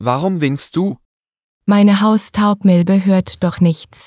Warum winkst du? Meine Haustaubmilbe hört doch nichts.